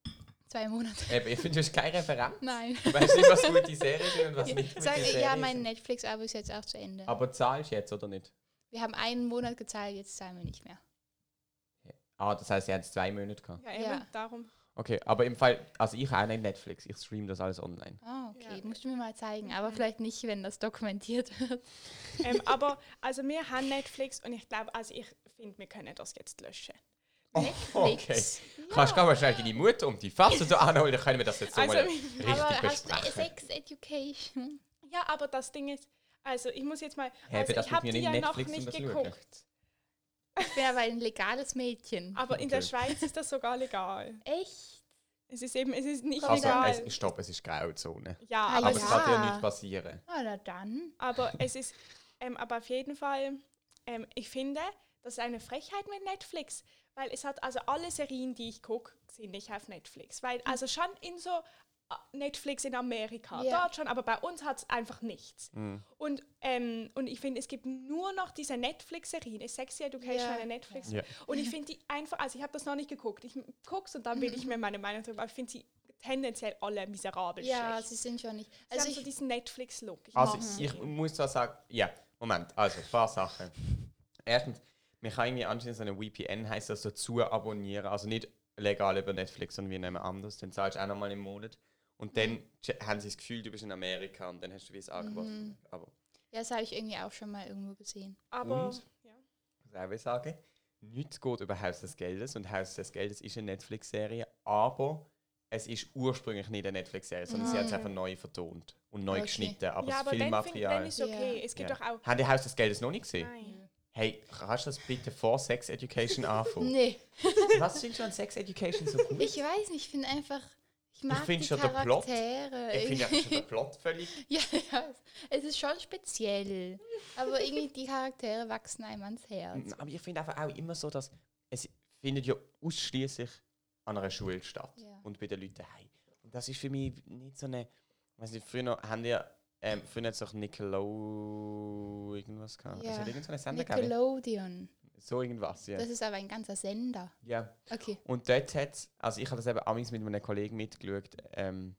Zwei Monate. Eben, Ich finde, du hast keine Referenz. Nein. Du weißt nicht, was gute Serien sind und was nicht gute Sag, Serien ja, mein sind. Netflix-Abo ist jetzt auch zu Ende. Aber zahlst du jetzt, oder nicht? Wir haben einen Monat gezahlt, jetzt zahlen wir nicht mehr. Ah, das heisst, sie haben es zwei Monate gehabt. Ja, eben, Ja. darum. Okay, aber im Fall, also ich habe auch nicht Netflix, ich streame das alles online. Ah, okay. Ja. Musst du mir mal zeigen. Aber vielleicht nicht, wenn das dokumentiert wird. Ähm, aber also wir haben Netflix und ich glaube, also ich finde, wir können das jetzt löschen. Netflix. Oh, Kannst du mal schnell deine Mutter um die Fassung so anholen, dann können wir das jetzt so Also, mal aber richtig Aber hast du besprechen. Sex Education? Ja, aber das Ding ist, also ich muss jetzt mal, Hey, also aber das ich muss habe mir die nicht ja noch Netflix, um nicht das zu geguckt. Ich bin aber ein legales Mädchen. Aber in der Okay. Schweiz ist das sogar legal. Echt? Es ist eben, es ist nicht Also, legal. es, stopp, es ist Grauzone. ja, Ah, aber, Aber es- es halt kann dir Ja. nichts passieren. Ah, na dann. aber es ist, ähm, aber auf jeden Fall, ähm, ich finde, das ist eine Frechheit mit Netflix, weil es hat also alle Serien, die ich gucke, sind nicht auf Netflix, weil Hm. also schon in so ah, Netflix in Amerika, Ja. dort schon, aber bei uns hat es einfach nichts. Hm. Und, ähm, und ich finde, es gibt nur noch diese Netflix-Serien. Ist Sexy Education Ja. eine Netflix? Ja. Und ich finde die einfach, also ich habe das noch nicht geguckt. Ich gucke es und dann bilde ich mir meine Meinung darüber. Ich finde sie tendenziell alle miserabel Ja, schlecht. sie sind schon nicht. Sie also Also haben so ich, Mhm. diesen Netflix-Look. Ich Also mag's ich nicht. muss da sagen, ja, Moment, also ein paar Sachen. Erstens, man kann irgendwie anscheinend so eine VPN heißt das dazu abonnieren, also nicht legal über Netflix, sondern wie nehmen anders, dann zahlst du auch nochmal im Monat und Mhm. dann che- haben sie das Gefühl, du bist in Amerika und dann hast du wie es Mhm. angeboten. Aber ja, das habe ich irgendwie auch schon mal irgendwo gesehen. Aber Und? ja. ich muss auch wieder sagen, nichts geht über Haus des Geldes und Haus des Geldes ist eine Netflix-Serie, aber es ist ursprünglich nicht eine Netflix-Serie, sondern sie hat es einfach neu vertont und neu Okay. geschnitten, aber ja, das aber dann, find, dann Filmmaterial... ist okay. Es gibt Ja. doch auch. Haben die Haus des Geldes noch nicht gesehen? Nein. Hey, kannst du das bitte vor Sex Education anfangen? Nee, Was findest du an Sex Education so gut? ich weiß nicht, ich finde einfach, ich mag find die schon der Plot. Charaktere. Ich finde irgendwie. ja schon der Plot völlig. ja, ja, es ist schon speziell. Aber irgendwie die Charaktere wachsen einem ans Herz. Aber ich finde einfach auch immer so, dass es findet ja ausschließlich an einer Schule statt Ja. und bei den Leuten heim. Und das ist für mich nicht so eine. Weiß nicht, früher noch- haben wir ähm, früher hat's doch Nickelodeon irgendwas gehabt. Ja. Es hat irgendeine Sender gehabt. Nickelodeon. So irgendwas, ja. Das ist aber ein ganzer Sender. ja. Okay. Und dort hat also ich habe das eben amigs mit meinen Kollegen mitgeschaut, ähm,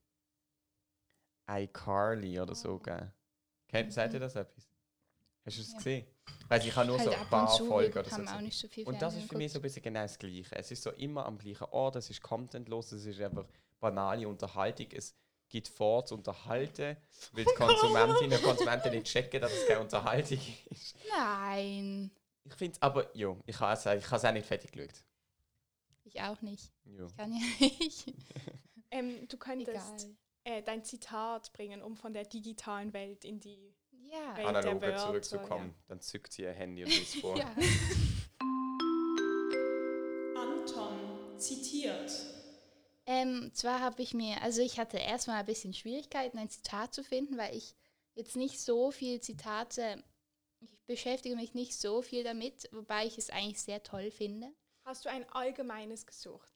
iCarly oder so, gell? Kennt, sagt ihr das etwas? Hast du es Mhm. Ja. gesehen? Weil ich habe nur so Halt ein ab paar und zu, Folgen wir oder so. haben auch gesehen. nicht so viel Und das ist Fernsehen für mich so ein bisschen genau das Gleiche. Es ist so immer am gleichen Ort, es ist contentlos, es ist einfach banale Unterhaltung. Es gibt vor zu unterhalten, weil die Oh Konsumentinnen und Konsumenten nicht checken, dass es keine Unterhaltung ist. geguckt. Nein, Ich finde es aber, jo, ich habe es ich habe es auch nicht fertig geschaut. ich auch nicht. Jo. Ich kann ja nicht. Ähm, du könntest Egal. äh, dein Zitat bringen, um von der digitalen Welt in die. Ja. Weil- der analoger Wörter, zurückzukommen, dann zückt sie ihr Handy und liest vor. ja. Anton zitiert. Ähm, zwar habe ich mir, also ich hatte erstmal ein bisschen Schwierigkeiten, ein Zitat zu finden, weil ich jetzt nicht so viel Zitate, ich beschäftige mich nicht so viel damit, wobei ich es eigentlich sehr toll finde. Hast du ein allgemeines gesucht?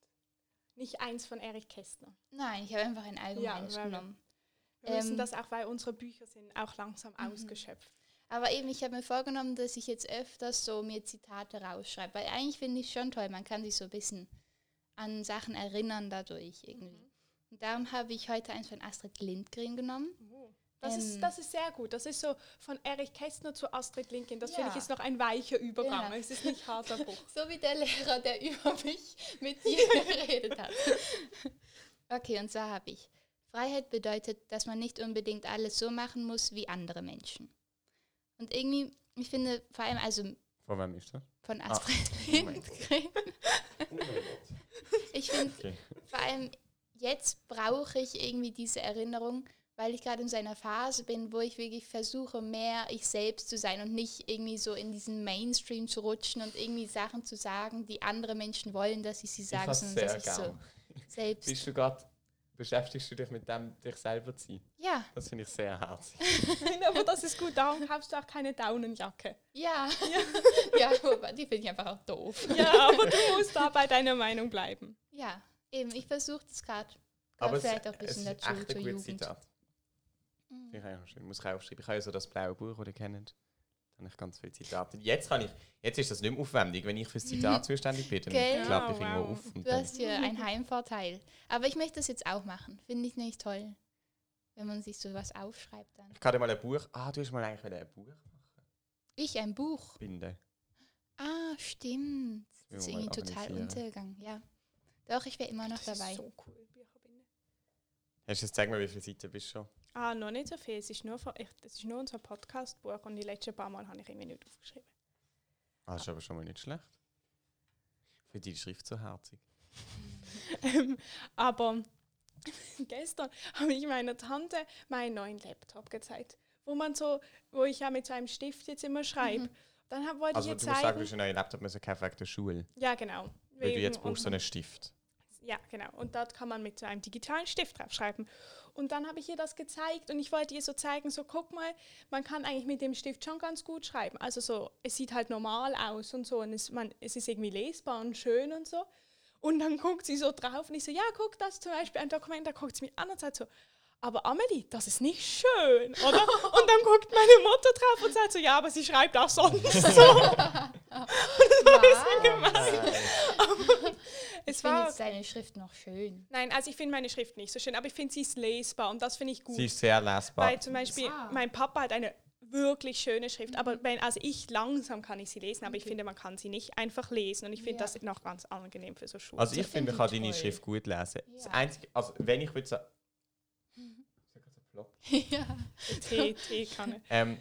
Nicht eins von Erich Kästner. Nein, ich habe einfach ein allgemeines weil- genommen. Wir wissen Ähm. Mhm. das auch, weil unsere Bücher sind auch langsam ausgeschöpft. Aber eben, ich habe mir vorgenommen, dass ich jetzt öfters so mir Zitate rausschreibe, weil eigentlich finde ich es schon toll, man kann sich so ein bisschen an Sachen erinnern dadurch irgendwie. Mhm. Und darum habe ich heute eins von Astrid Lindgren genommen. Oh. Das, ist, Ähm. das ist sehr gut. Das ist so von Erich Kästner zu Astrid Lindgren. Das finde ich Ja. ist noch ein weicher Übergang. Ja. Es ist nicht harter Bruch. So wie der Lehrer, der über mich mit dir geredet hat. Okay, und zwar habe ich. Freiheit bedeutet, dass man nicht unbedingt alles so machen muss wie andere Menschen. Und irgendwie, ich finde, vor allem also Von wem ist das? von Ah, Astrid oh mein Lindgren, ich finde Okay. vor allem jetzt brauche ich irgendwie diese Erinnerung, weil ich gerade in so einer Phase bin, wo ich wirklich versuche, mehr ich selbst zu sein und nicht irgendwie so in diesen Mainstream zu rutschen und irgendwie Sachen zu sagen, die andere Menschen wollen, dass ich sie Ich sage, habe sondern dass sehr ich so gern. selbst. Bist du gerade, beschäftigst du dich mit dem, dich selber zu sein? Ja, Das finde ich sehr herzig. Nein, aber das ist gut. Darum kaufst du auch keine Daunenjacke. ja. Ja, wobei, die finde ich einfach auch doof. Ja, aber du musst da bei deiner Meinung bleiben. Ja, eben, ich versuche das gerade. Aber es, vielleicht auch ein bisschen es ist dazu echt zur ein gutes Jugend. Mhm. Zitat. Finde Ich auch schön. Muss ich aufschreiben. Ich habe ja so das blaue Buch, das ihr kennt. kann ich ganz viele Zitate. Jetzt kann ich, jetzt ist das nicht mehr aufwendig, wenn ich fürs Zitat zuständig bin, dann Gell? klappe ich Ja, irgendwo wow. auf Genau, und Du dann, hast hier einen Heimvorteil. Aber ich möchte das jetzt auch machen. Finde ich nämlich toll. Wenn man sich sowas aufschreibt dann. ich kann dir mal ein Buch, ah, du hast mal eigentlich wieder ein Buch Ich ein Buch. binden. Ah, stimmt. Das Müssen ist wir mal irgendwie total organisieren. untergegangen. Ja. Doch, ich wäre immer noch Das ist dabei. so cool, Bücherbinde. Hast du jetzt zeig mal, wie viele Seiten bist du schon? Ah, noch nicht so viel. Es ist nur, von- ich, das ist nur unser Podcast-Buch und die letzten paar Mal habe ich irgendwie nicht aufgeschrieben. Ah, ist aber schon mal nicht schlecht. Für die Schrift so herzig. Ähm, aber gestern habe ich meiner Tante meinen neuen Laptop gezeigt, wo man so, wo ich ja mit so einem Stift jetzt immer schreibe. Dann hab, wollte Also ich ihr du musst sagen, zeigen. du hast einen neuen Laptop müssen kaufen wegen der Schule. ja, genau. Weil du Wegen- jetzt brauchst so und- einen Stift. Ja, genau. Und dort kann man mit so einem digitalen Stift draufschreiben. Und dann habe ich ihr das gezeigt und ich wollte ihr so zeigen, so guck mal, man kann eigentlich mit dem Stift schon ganz gut schreiben. Also so, es sieht halt normal aus und so und es, man, es ist irgendwie lesbar und schön und so. Und dann guckt sie so drauf und ich so, ja, guck, das ist zum Beispiel ein Dokument, da guckt sie mich an und sagt so, aber Amelie, das ist nicht schön, oder? und dann guckt meine Mutter drauf und sagt so, ja, aber sie schreibt auch sonst so. Wow. Ich Es finde war, jetzt deine Schrift noch schön. nein, also ich finde meine Schrift nicht so schön, aber ich finde, sie ist lesbar und das finde ich gut. Sie ist sehr lesbar. Weil zum Beispiel Ah. mein Papa hat eine wirklich schöne Schrift, Mhm. aber wenn, also ich langsam kann ich sie lesen, aber ich finde, man kann sie nicht einfach lesen und ich finde Ja. das noch ganz angenehm für so Schulen. Also ich Das finde, man finde ich kann deine toll. Schrift gut lesen. Das Ja. Einzige, also wenn ich würde sagen... ja. Tee, Tee kann ich. Ähm,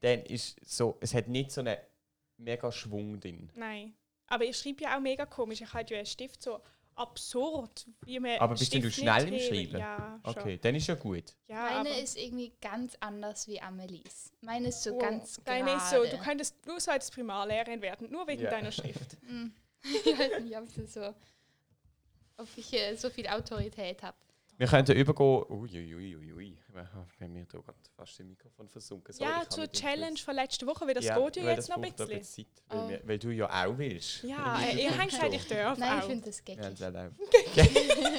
dann ist so, es hat nicht so einen mega Schwung drin. Nein. Aber ich schreibe ja auch mega komisch. Ich halte ja einen Stift so absurd, wie man Aber bist denn du Stift schnell nicht im heben. Schreiben? Ja, schon. Okay, dann ist ja gut. Ja, aber Meine ist irgendwie ganz anders wie Amelies. Meine ist so wow. ganz gerade. Deine ist so, du könntest nur so als Primarlehrerin werden, nur wegen Ja. deiner Schrift. Mm. ich weiß nicht, ob ich, das so, ob ich äh, so viel Autorität habe. Wir könnten übergehen... Uiuiuiui. Wenn wir hier gerade fast im Mikrofon versunken. Sorry, ich ja, habe zur nicht Challenge gewusst. von letzter Woche, weil das Ja, geht weil ja jetzt das noch ein braucht bisschen. bisschen Zeit, weil, Oh. eh, wir, weil du ja auch willst. Ja, Weil äh, du ihr kommst hängt halt, schon. ich darf Nein, ich auch. finde das Ja, geckig. dann auch.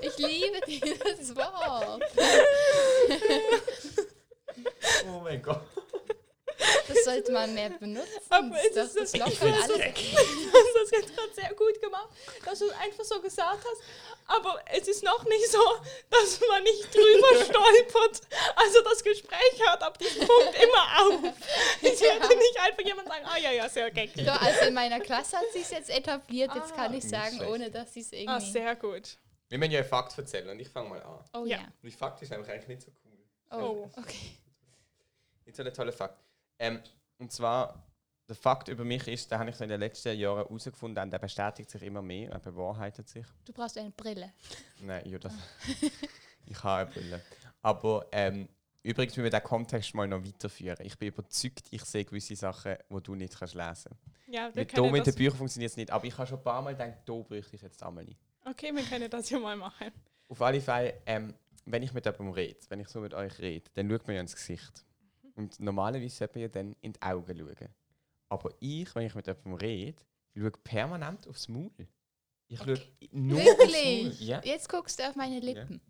Ich liebe dieses Wort. Oh mein Gott. Das sollte man mehr benutzen. Aber es das, ist so- das lockert Ich find's alles. geckig. Du hast Also, das jetzt gerade sehr gut gemacht, dass du es einfach so gesagt hast. Aber es ist noch nicht so, dass man nicht drüber stolpert. Also das Gespräch hört ab diesem Punkt immer auf. Ich Ja. würde nicht einfach jemand sagen, ah ja, ja, sehr geckig. Doch, also in meiner Klasse hat sich jetzt etabliert. Jetzt kann ich Nicht sagen, schlecht. ohne dass sie es irgendwie. Ah, sehr gut. Wir müssen ja einen Fakt erzählen und ich fange mal an. Oh Ja. ja. Und der Fakt ist eigentlich nicht so cool. Oh, okay. Nicht so ein toller Fakt. Ähm, und zwar, der Fakt über mich ist, da habe ich so in den letzten Jahren herausgefunden, und der bestätigt sich immer mehr, er bewahrheitet sich. Du brauchst eine Brille. Nein, ja, das. ich habe eine Brille. Aber ähm, übrigens müssen wir den Kontext mal noch weiterführen. Ich bin überzeugt, ich sehe gewisse Sachen, die du nicht kannst lesen Ja, wir kannst. Hier können mit den das, Büchern funktioniert es nicht, aber ich habe schon ein paar Mal gedacht, da bräuchte ich jetzt einmal okay, wir können das ja mal machen. Auf alle Fälle, ähm, wenn ich mit jemandem rede, wenn ich so mit euch rede, dann schaut man ja ins Gesicht. Und normalerweise sollte man ja dann in die Augen schauen. Aber ich, wenn ich mit jemandem rede, schaue permanent aufs Maul. Ich schaue nur aufs Wirklich? Maul. Ja. Jetzt guckst du auf meine Lippen.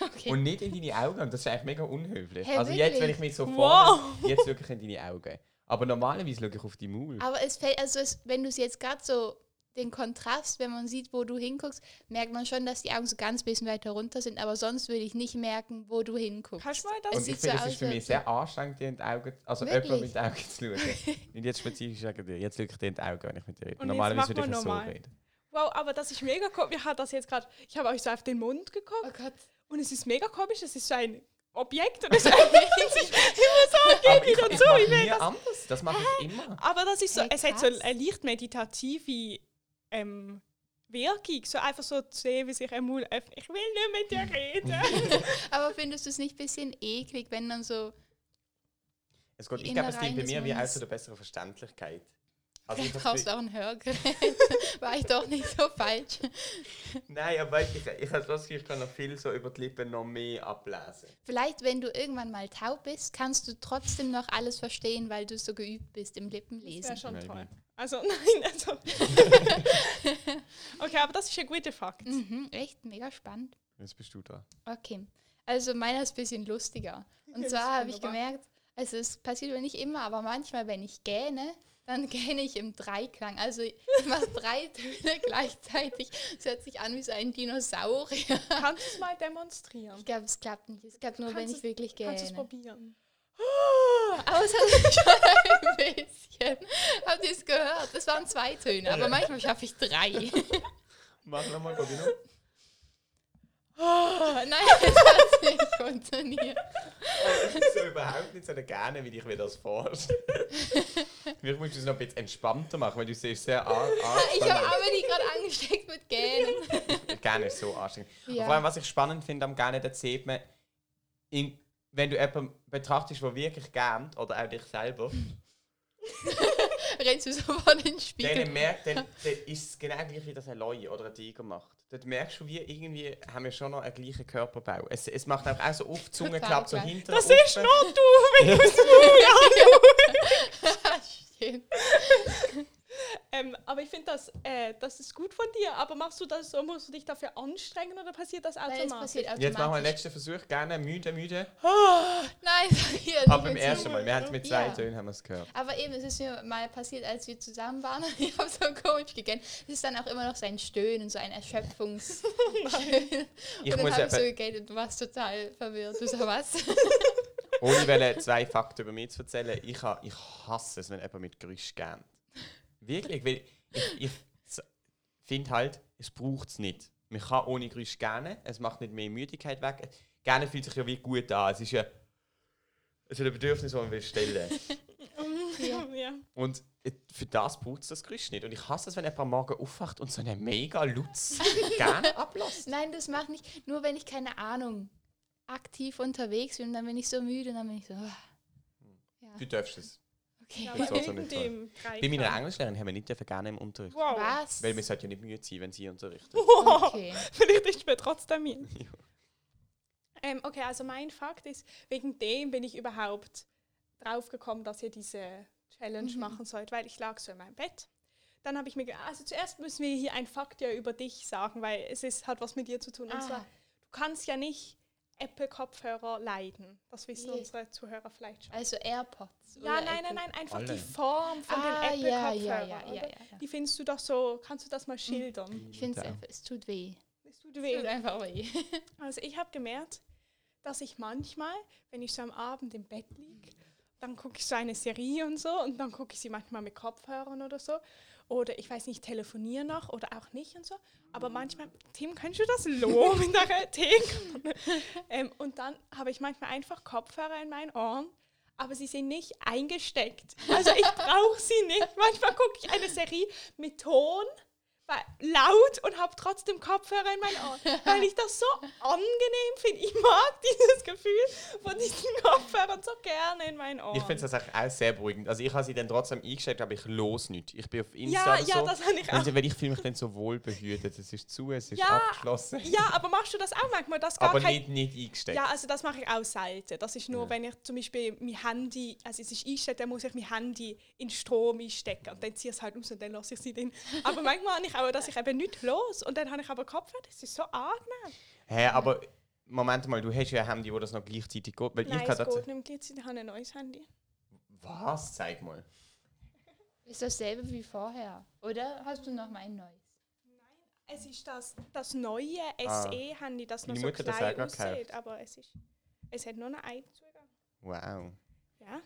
Okay. Und nicht in deine Augen. Und das ist eigentlich mega unhöflich. Hey, also jetzt, wenn wirklich? ich mich so vorne, Wow! jetzt schaue ich in deine Augen. Aber normalerweise schaue ich auf die Maul. Aber es fällt, also es, wenn du es jetzt gerade so den Kontrast, wenn man sieht, wo du hinguckst, merkt man schon, dass die Augen so ganz bisschen weiter runter sind, aber sonst würde ich nicht merken, wo du hinguckst. Kannst du mal das? Es Und ich sieht finde, so es ist aus, für als mich sehr anstrengend, dir in die Augen, also Wirklich? jemandem in die Augen zu schauen. Nicht jetzt spezifisch wegen dir, jetzt schaue ich dir in die Augen, wenn ich mit dir rede. Und jetzt Normalerweise machen würde ich wir so normal. reden. Wow, aber das ist mega komisch. Ich habe das jetzt gerade, ich habe euch so auf den Mund geguckt. Oh Gott. Und es ist mega komisch, es ist so ein Objekt und es bewegt sich immer so, Aber geht wieder ich zu. mache Ich will nie das. anders, das mache ich immer. Aber das ist so, Hey, es hat so krass. eine leicht meditative ähm, Wirkung, so einfach so zu sehen, wie sich ein Mund öffnet. Ich will nicht mit dir reden. Aber findest du es nicht ein bisschen eklig, wenn dann so, Es geht, Die ich glaube, es Innereien dient bei des mir wie auch Mannes. zu der besseren Verständlichkeit. Also vielleicht das brauchst bin- du auch ein Hörgerät. War ich doch nicht so falsch. Nein, aber weißt du, ich, ich habe das Gefühl, ich kann noch viel so über die Lippen noch mehr ablesen. Vielleicht, wenn du irgendwann mal taub bist, kannst du trotzdem noch alles verstehen, weil du so geübt bist im Das wäre Lippenlesen. schon Maybe. toll. Also nein, also. okay, aber das ist ein guter Fakt. Mhm, echt mega spannend. Jetzt bist du da. Okay. Also meiner ist ein bisschen lustiger. Und Das zwar ist habe ich wunderbar. gemerkt, Also es passiert mir nicht immer, aber manchmal, wenn ich gähne, dann gähne ich im Dreiklang. Also ich mache drei Töne gleichzeitig. Es hört sich an wie so ein Dinosaurier. Kannst du es mal demonstrieren? Ich glaube, es klappt nicht. Es klappt nur, wenn Kannst ich es- wirklich Kannst du gähne. es probieren? Aber es hat schon ein bisschen. Habt ihr es gehört? Es waren zwei Töne, aber manchmal schaffe ich drei. Mach nochmal, Gobino. Nein, es hat nicht funktioniert. Das ist so überhaupt nicht so eine Gerne, wie ich mir das vorstelle. Vielleicht musst du es noch ein bisschen entspannter machen, weil du siehst sehr an. Ich habe aber die gerade angesteckt mit Gähnen. Gerne ist so anstrengend. Und Ja. vor allem, was ich spannend finde am Gerne, da sieht man, in, wenn du jemanden betrachtest, der wirklich gähnt, oder auch dich selber, Rennst du so vor den dann, Spiegel. merkt, dann, dann ist es genau gleich, wie das ein Leu oder ein Tiger macht. Dort merkst du, wie irgendwie haben wir schon noch einen gleichen Körperbau. Es, es macht auch, auch so auf die Zunge, Total klappt so geil. hinten. Das offen. ist nur du, wenn du es Stimmt. ähm, Aber ich finde, das, äh, das ist gut von dir. Aber machst du das so, musst du dich dafür anstrengen oder passiert das Nein, es automatisch? passiert automatisch. Jetzt machen wir einen letzten Versuch, gerne, müde, müde. Nein, hier. Aber beim ersten Mal, wir hatten mit zwei Ja. Tönen haben wir es gehört. Aber eben, es ist mir mal passiert, als wir zusammen waren. Ich habe so komisch gegessen. Es ist dann auch immer noch so ein Stöhnen, so ein Erschöpfungs. Oh Ich und dann muss habe ich so eben, gegessen und du warst total verwirrt. Du so was? ohne wollen, zwei Fakten über mich zu erzählen, ich, ha, ich hasse es, wenn jemand mit Geräusch gähnt. Wirklich, weil ich, ich finde halt, es braucht es nicht. Man kann ohne Geräusch gähnen, es macht nicht mehr Müdigkeit weg. Gähnen fühlt sich ja wie gut an, es ist ja es ist ein Bedürfnis, das man will stellen. Ja. ja. Und äh, für das braucht es das Geräusch nicht. Und ich hasse es, wenn jemand am Morgen aufwacht und so eine mega Lutz gerne ablässt. Nein, das macht nicht. Nur wenn ich keine Ahnung aktiv unterwegs bin, dann bin ich so müde und dann bin ich so. ah, Du darfst es. Okay. Das war so wegen nicht toll. dem Bei meiner Dreiklang. Englischlehrerin haben wir nicht gerne im Unterricht. Wow. Was? Weil wir sollten ja nicht müde sein, wenn sie unterrichtet. Okay. Vielleicht ist mir trotzdem mir. Ja. Ähm, okay, also mein Fakt ist, wegen dem bin ich überhaupt draufgekommen, dass ihr diese Challenge Mhm. machen sollt, weil ich lag so in meinem Bett. Dann habe ich mir gedacht, also zuerst müssen wir hier ein Fakt ja über dich sagen, weil es ist, hat was mit dir zu tun. Und Ah. zwar, du kannst ja nicht Apple-Kopfhörer leiden. Das wissen Je. unsere Zuhörer vielleicht schon. Also AirPods. Ja, oder nein, nein, Apple- nein, einfach Alle. die Form von Ah, den ja, ja, Apple-Kopfhörern. ja, ja, oder? ja, Mhm. ja. Die findest du doch so, kannst du das mal schildern? Ich finde es Ja. einfach, es tut weh. Es tut Es weh. tut einfach weh. Also ich habe gemerkt, dass ich manchmal, wenn ich so am Abend im Bett liege, dann gucke ich so eine Serie und so und dann gucke ich sie manchmal mit Kopfhörern oder so. Oder ich weiß nicht, telefoniere noch oder auch nicht und so. Aber manchmal, Tim, kannst du das loben in der Theke? ähm, und dann habe ich manchmal einfach Kopfhörer in meinen Ohren, aber sie sind nicht eingesteckt. Also ich brauche sie nicht. Manchmal gucke ich eine Serie mit Ton weil- laut und habe trotzdem Kopfhörer in meinen Ohren, weil ich das so angenehm finde. Ich mag dieses Gefühl von diesen Kopfhörern so gerne in meinen Ohren. Ich finde es tatsächlich auch sehr beruhigend. Also ich habe sie dann trotzdem eingestellt, aber ich los nicht. Ich bin auf Insta ja, oder ja, so. das habe ich und auch. sie- weil ich fühle mich dann so wohl behütet. Es ist zu, es ist Ja, abgeschlossen. Ja, aber machst du das auch manchmal? Das gar aber kein nicht, nicht eingesteckt. Ja, also das mache ich auch selten. Das ist nur, Ja. wenn ich zum Beispiel mein Handy, also es ist eingestellt, dann muss ich mein Handy in Strom einstecken und dann ziehe ich es halt raus und dann lasse ich sie drin. Aber manchmal habe ich auch, dass ich eben nicht los und dann habe ich aber Kopfhörer. Das ist so angenehm. Hä, aber Moment mal, du hast ja ein Handy, wo das noch gleichzeitig geht. Weil Nein, ich es kann geht dazu, nicht mehr gleichzeitig. Ich habe ein neues Handy. Was? Zeig mal. Ist dasselbe wie vorher, oder? Hast du noch mal ein neues? Es ist das, das neue Ah. SE-Handy, das noch Meine so Mutter hat das klein auch gerade aussieht, gekauft. aber es, ist, es hat nur noch einen Zugang. Wow. Ja,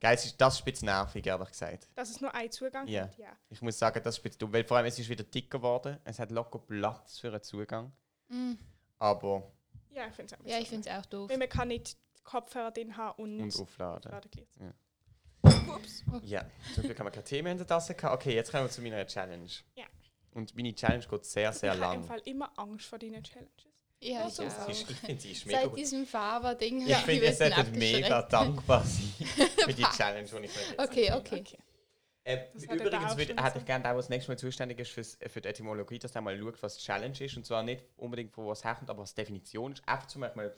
Geil, es ist- das ist ein bisschen nervig, ehrlich gesagt. dass es nur einen Zugang Ja. hat, ja. Ich muss sagen, das ist ein bisschen dumm, weil vor allem es ist wieder dicker geworden. Es hat locker Platz für einen Zugang. Mm. Aber Ja, ich finde es Ja, ich finde es auch doof. Weil man kann nicht Kopfhörer drin haben und, und aufladen. Gerade gleichzeitig. Ja, zum Glück haben wir keine Themen in der Tasse gehabt. Okay, jetzt kommen wir zu meiner Challenge. Ja. Und meine Challenge geht sehr, sehr ich habe im lang. Fall immer Angst vor deinen Challenges. Ja, ich so Sie auch. ist- Ich finde, sie ist mega Seit gut. diesem Faber-Ding. Ich finde, ihr solltet mega dankbar sein für die Challenge, die ich mir jetzt Okay, okay. Äh, Das hat er da übrigens auch schon würde, hätte ich gesagt. gerne auch, was das nächste Mal zuständig ist fürs, äh, für die Etymologie, dass er mal schaut, was die Challenge ist. Und zwar nicht unbedingt, von was es herkommt, aber was die Definition ist. Einfach zum Beispiel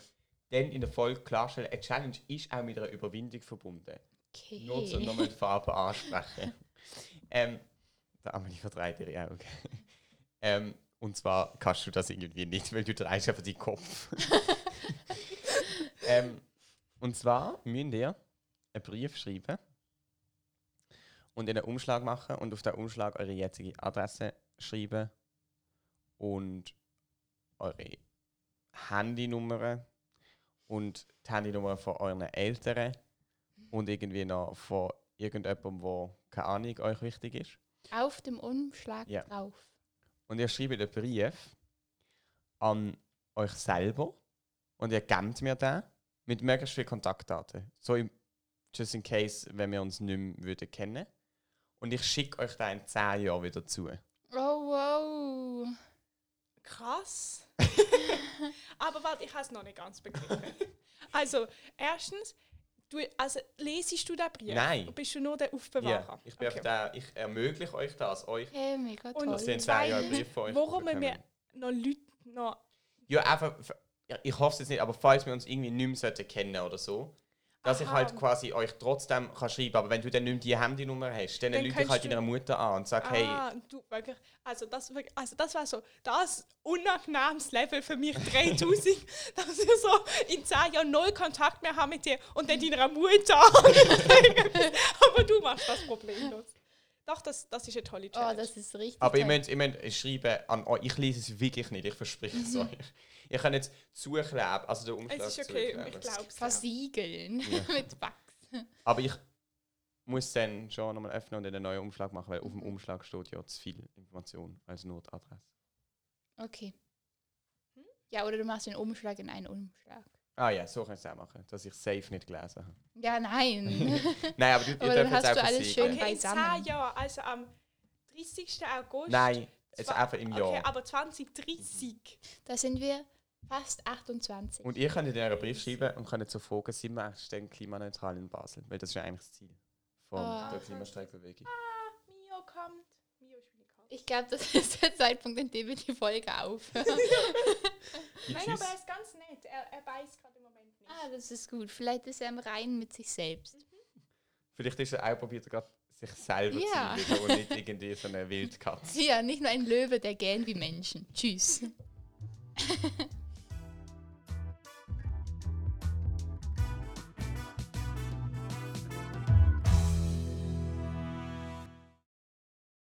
dann in der Folge klarstellen, eine Challenge ist auch mit einer Überwindung verbunden. okay. Nur zum nochmal die Farbe ansprechen. ähm, da haben wir nicht verdreht ihre Augen. ähm, und zwar kannst du das irgendwie nicht, weil du drehst einfach den Kopf. ähm, und zwar müssen wir einen Brief schreiben und in einen Umschlag machen und auf den Umschlag eure jetzige Adresse schreiben und eure Handynummern und die Handynummer von euren Eltern und irgendwie noch von irgendjemandem, wo keine Ahnung euch wichtig ist. Auf dem Umschlag Ja. drauf. Und ihr schreibt einen Brief an euch selber und ihr gebt mir den mit möglichst viel Kontaktdaten. So im, just in case, wenn wir uns nicht mehr würden kennen. Und ich schicke euch den in 10 Jahren wieder zu. Oh, wow. Krass. Aber warte, ich habe es noch nicht ganz begriffen. Also, erstens, du, also lesest du den Brief? Nein. Und Bist du nur der Ja, Aufbewahrer? ich, bin auf den, ich ermögliche euch das, euch, Hey, mega Und toll. dass ihr in 10 Jahren einen zweitens, Brief von euch warum wir- bekommt. Noch Leute, noch. Ja, einfach, f- ja, ich hoffe es jetzt nicht, aber falls wir uns irgendwie nicht mehr sollten kennen oder so, dass ich Aha. halt quasi euch trotzdem kann schreiben aber wenn du dann nicht mehr die Handynummer hast, dann, Dann dann ich kannst halt du- deiner Mutter an und sag, hey, Ah, du, wirklich. Also, das, wirklich- also das war so das unangenehmes Level für mich, 3000, dass ich so in 10 Jahren null Kontakt mehr habe mit dir und dann deiner Mutter. Aber du machst das problemlos. Doch, das, das ist eine tolle Oh, Challenge. das ist richtig. Aber ich toll. möchte, ich möchte schreiben an euch. Ich lese es wirklich nicht, ich verspreche es euch. Ihr könnt jetzt zukleben, also den Umschlag Mhm. es ist okay, zukleben. ich glaube es. Versiegeln Ja. mit Wachs. Aber ich muss dann schon nochmal öffnen und dann einen neuen Umschlag machen, weil auf dem Umschlag steht ja zu viel Information als nur die Adresse. Okay. Hm? Ja, oder du machst den Umschlag in einen Umschlag. Ah ja, so könnt ihr es auch machen, dass ich safe nicht gelesen habe. Ja, nein. Nein, aber du, ihr Aber dann dürft hast jetzt du auch alles versiegeln. schön- Okay, in 10 Beisammen. Jahren, also am 30. August. Nein, jetzt Zwa- einfach im Jahr. Okay, aber 2030. da sind wir fast 28. Und ihr könnt in einen Brief schreiben und könnt so fragen, sind wir eigentlich denn klimaneutral in Basel? Weil das ist ja eigentlich das Ziel von Ah. der Klimastreikbewegung. Mhm. Mio kommt. Mio ist meine Karte. Ich glaube, das ist der Zeitpunkt, in dem wir die Folge aufhören. Ja, Nein, aber er tschüss. ist ganz nett. Er, er beißt gerade im Moment nicht. ah, das ist gut. Vielleicht ist er im Reinen mit sich selbst. Vielleicht ist er auch probiert, gerade sich selber Ja. zu lieben und nicht irgendwie so eine Wildkatze. Ja, nicht nur ein Löwe, der gähnt wie Menschen. Tschüss.